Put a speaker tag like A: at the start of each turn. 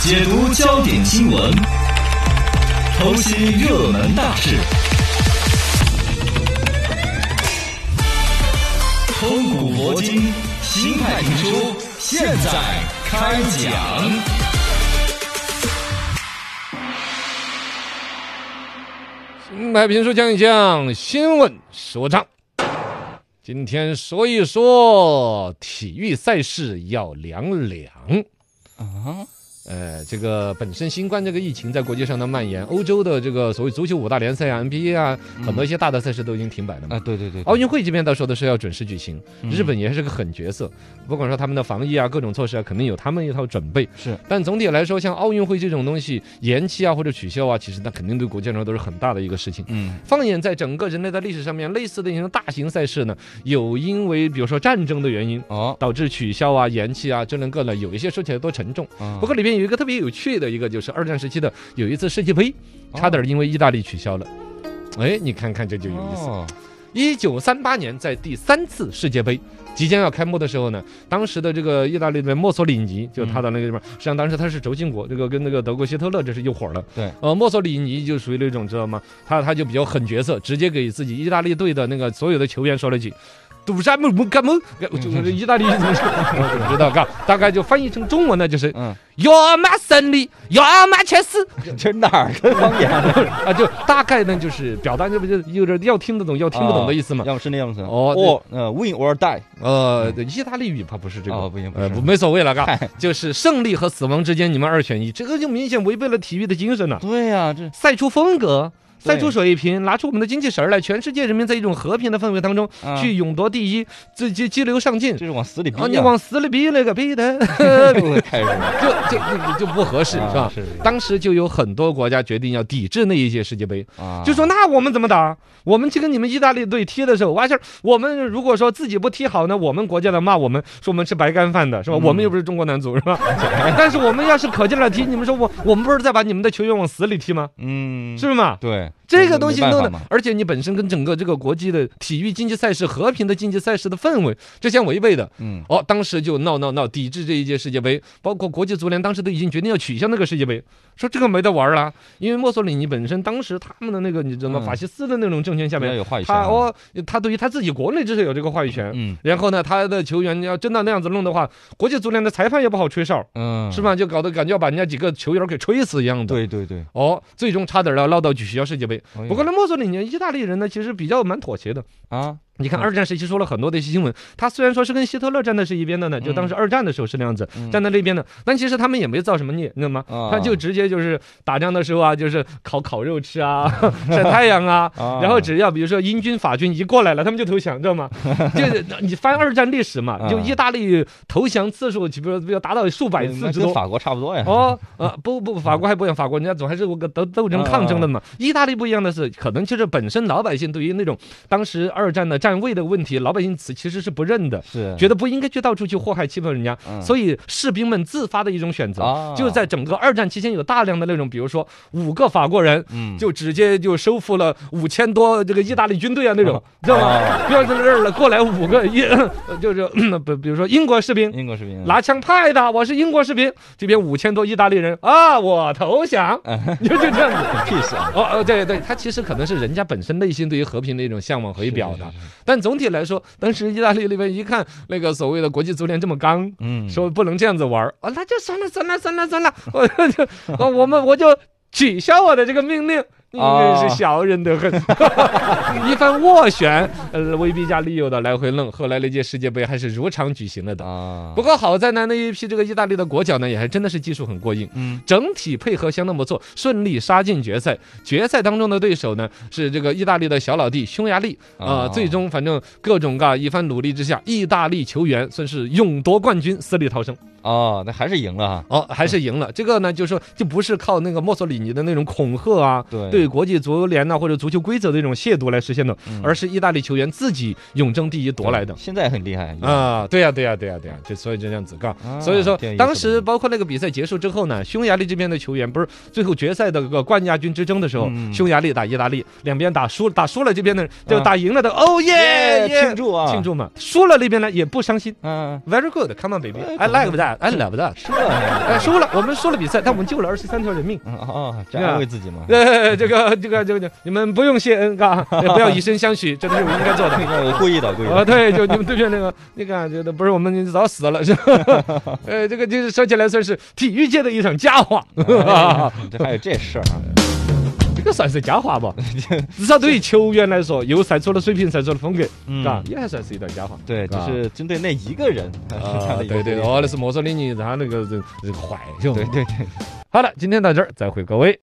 A: 解读焦点新闻，剖析热门大事，通古博今，新派评书，现在开讲。
B: 新派评书讲一讲新闻说唱。今天说一说体育赛事要凉凉。
C: 啊，
B: 呃，这个本身新冠这个疫情在国际上的蔓延，欧洲的这个所谓足球五大联赛啊、NBA 啊，很多一些大的赛事都已经停摆了嘛
C: 啊，。
A: 嗯
C: 对对对，
B: 奥运会这边倒说的是要准时举行，
C: 嗯
B: 日本也是个狠角色，不管说他们的防疫啊、各种措施啊，肯定有他们一套准备。
C: 是，
B: 但总体来说，像奥运会这种东西延期啊或者取消啊，其实那肯定对国际上都是很大的一个事情。
C: 嗯，
B: 放眼在整个人类的历史上面，类似的一种大型赛事呢，有因为比如说战争的原因
C: 哦，
B: 导致取消啊、延期啊，这那个呢，有一些说起来多沉重。
A: 嗯
C: 啊
B: 不过里边有一个特别有趣的一个，就是二战时期的有一次世界杯，
C: 哦
B: 差点因为意大利取消了。哎，你看看这就有意思。
C: 哦
B: 一九三八年，在第三次世界杯即将要开幕的时候呢，当时的这个意大利的墨索里尼，就他的那个地方，实际上当时他是轴心国，这个跟那个德国希特勒这是一伙儿的。
C: 对，
B: 呃，墨索里尼就属于那种知道吗？他他就比较狠角色，直接给自己意大利队的那个所有的球员说了句。赌山木木干木，就是意大利怎么说？我不知道，嘎，大概就翻译成中文呢，就是
C: 嗯，
B: 要么胜利，要么切斯，
C: 这哪儿的方言？
B: 啊，就大概呢，就是表达这不就有点要听得懂要听不懂的意思嘛。
C: 要么是那，要么是
B: 哦对
C: 哦，呃，win or die，
B: 呃，对意大利语怕不是这个，
C: 哦不行不
B: 呃，
C: 是
B: 不没所谓了，嘎，就是胜利和死亡之间你们二选一，这个就明显违背了体育的精神了、
C: 对呀，这
B: 赛出风格。
C: 对
B: 赛出水平，拿出我们的精气神儿来，全世界人民在一种和平的氛围当中、
C: 啊
B: 去勇夺第一，这激激流上进
C: 这。是往死里逼
B: 啊，你
C: 呀
B: 往死里逼那个逼的，
C: 又开 始了，
B: 就就就就不合适，
C: 啊
B: 是吧？
C: 是
B: 当时就有很多国家决定要抵制那一届世界杯，
C: 啊，
B: 就说那我们怎么打？我们去跟你们意大利队踢的时候，完事儿，我们如果说自己不踢好呢，我们国家的骂我们说我们吃白干饭的是吧？
C: 嗯
B: 我们又不是中国男足是吧？ 但是我们要是可劲儿地踢，你们说我我们不是在把你们的球员往死里踢吗？
C: 嗯，
B: 是不是嘛？
C: 对，
B: 这个东西
C: 没办
B: 弄
C: 法
B: 的
C: 嘛，，
B: 而且你本身跟整个这个国际的体育竞技赛事和平的竞技赛事的氛围，这相违背的。
C: 嗯，
B: 哦，当时就闹闹闹，抵制这一届世界杯，包括国际足联当时都已经决定要取消那个世界杯，说这个没得玩儿了，因为墨索里尼本身当时他们的那个你知道吗？
C: 嗯
B: 法西斯的那种政权下
C: 下面
B: 面，
C: 有话语权
B: 他
C: 啊，
B: 哦，他对于他自己国内至少有这个话语权。
C: 嗯
B: 然后呢，他的球员要真的那样子弄的话，国际足联的裁判也不好吹哨，
C: 嗯，
B: 是？吧？就搞得感觉要把人家几个球员给吹死一样的。
C: 对对对，
B: 哦，最终差点儿要闹到取消世界杯。
C: 哎呦
B: 不过呢，墨索里尼意大利人呢，其实比较蛮妥协的。
C: 啊，
B: 你看
C: 嗯
B: 二战时期说了很多的一些新闻，他虽然说是跟希特勒站的是一边的呢，就当时二战的时候是那样子，
C: 嗯
B: 站在那边的，但其实他们也没造什么孽，你知道吗？
C: 啊
B: 他就直接就是打仗的时候啊，就是烤烤肉吃啊， 晒太阳啊，
C: 啊
B: 然后只要比如说英军、法军一过来了，他们就投降，知道 吗？就是你翻二战历史嘛，
C: 啊
B: 就意大利投降次数，比如比如达到数百
C: 嗯那
B: 次之
C: 跟
B: 多。
C: 法国差不多呀，
B: 哦，呃，不不，法国还不一样，法国人家总还是有个斗斗争抗争的嘛。
C: 啊
B: 意大利不一样的是，可能就是本身老百姓对于那种当时二战的站位的问题，老百姓其其实是不认的，
C: 是，
B: 觉得不应该去到处去祸害欺负人家，
C: 嗯
B: 所以士兵们自发的一种选择，
C: 啊，
B: 就是在整个二战期间有大量的那种，比如说五个法国人。
C: 嗯，
B: 就直接就收复了五千多这个意大利军队啊，那种知道吗？
C: 啊
B: 不要在那儿了，过来五个英， 就是不，比如说英国士兵，
C: 英国士兵
B: 拿枪派的，我是英国士兵，这边五千多意大利人啊，我投降， 就就这样子。
C: peace 啊
B: 哦哦，对对，他其实可能是人家本身内心对于和平的一种向往和一表达，但总体来说，当时意大利那边一看那个所谓的国际足联这么刚，
C: 嗯，
B: 说不能这样子玩儿啊，那就算了算了算了算了， 我就啊我们我就取消我的这个命令。你真是小人得很， 一番斡旋，呃，威逼加利诱的来回弄，后来那届世界杯还是如常举行了的。
C: 啊，
B: 不过好在呢，那一批这个意大利的国脚呢，也还真的是技术很过硬。
C: 嗯。
B: 整体配合相当不错，顺利杀进决赛。决赛当中的对手呢是这个意大利的小老弟匈牙利啊、
C: 哦
B: 最终反正各种嘎一番努力之下，意大利球员算是勇夺冠军，死里逃生。
C: 哦，那还是赢了哈。
B: 哦，还是赢了。这个呢，就是说就不是靠那个墨索里尼的那种恐吓啊，
C: 对
B: 对国际足联呐、或者足球规则的一种亵渎来实现的，
C: 嗯
B: 而是意大利球员自己勇争第一夺来的。
C: 现在很厉害
B: 啊，对呀、对呀、对呀、对呀、就所以就这样子干。
C: 啊
B: 所以说
C: 挺有，意思的
B: 当时包括那个比赛结束之后呢，匈牙利这边的球员不是最后决赛的个冠亚军之争的时候，
C: 嗯
B: 匈牙利打意大利，两边打输打输了这边的人就
C: 啊
B: 打赢了的，哦耶
C: 耶！
B: 耶，
C: 庆祝啊，
B: 庆！祝嘛，输了那边呢也不伤心
C: 嗯，
B: ，very good，come on baby，I
C: Very
B: like that。 that，I love that。
C: 这呀
B: 哎，输了，我们输了比赛，但我们救了二十三条人 命。
C: 嗯
B: 啊
C: 哦，这安慰自己嘛。
B: 呃，这个这个这个，你们不用谢恩，嘎，不要以身相许，这都是我应该 做的。
C: 我故意的，故意
B: 啊，
C: 的。
B: 对，就你们对面那个那个啊，觉得不是我们早死了，是吧？ 呃，这个就是说起来算是体育界的一场佳话， 哦
C: 哎这还有这事儿啊？
B: 这个算是佳话吧？至少对于球员来说，又晒出了水平，晒出了风格，
C: 嗯
B: 嘎，也还算是一段佳话。
C: 对，
B: 是吧
C: 就是针对那一个人， 他
B: 啊，
C: 的一个
B: 对对，
C: 故意
B: 哦，那是墨索里尼他那个人人坏，是吧
C: 对对对。
B: 好了，今天到这儿，再会各位。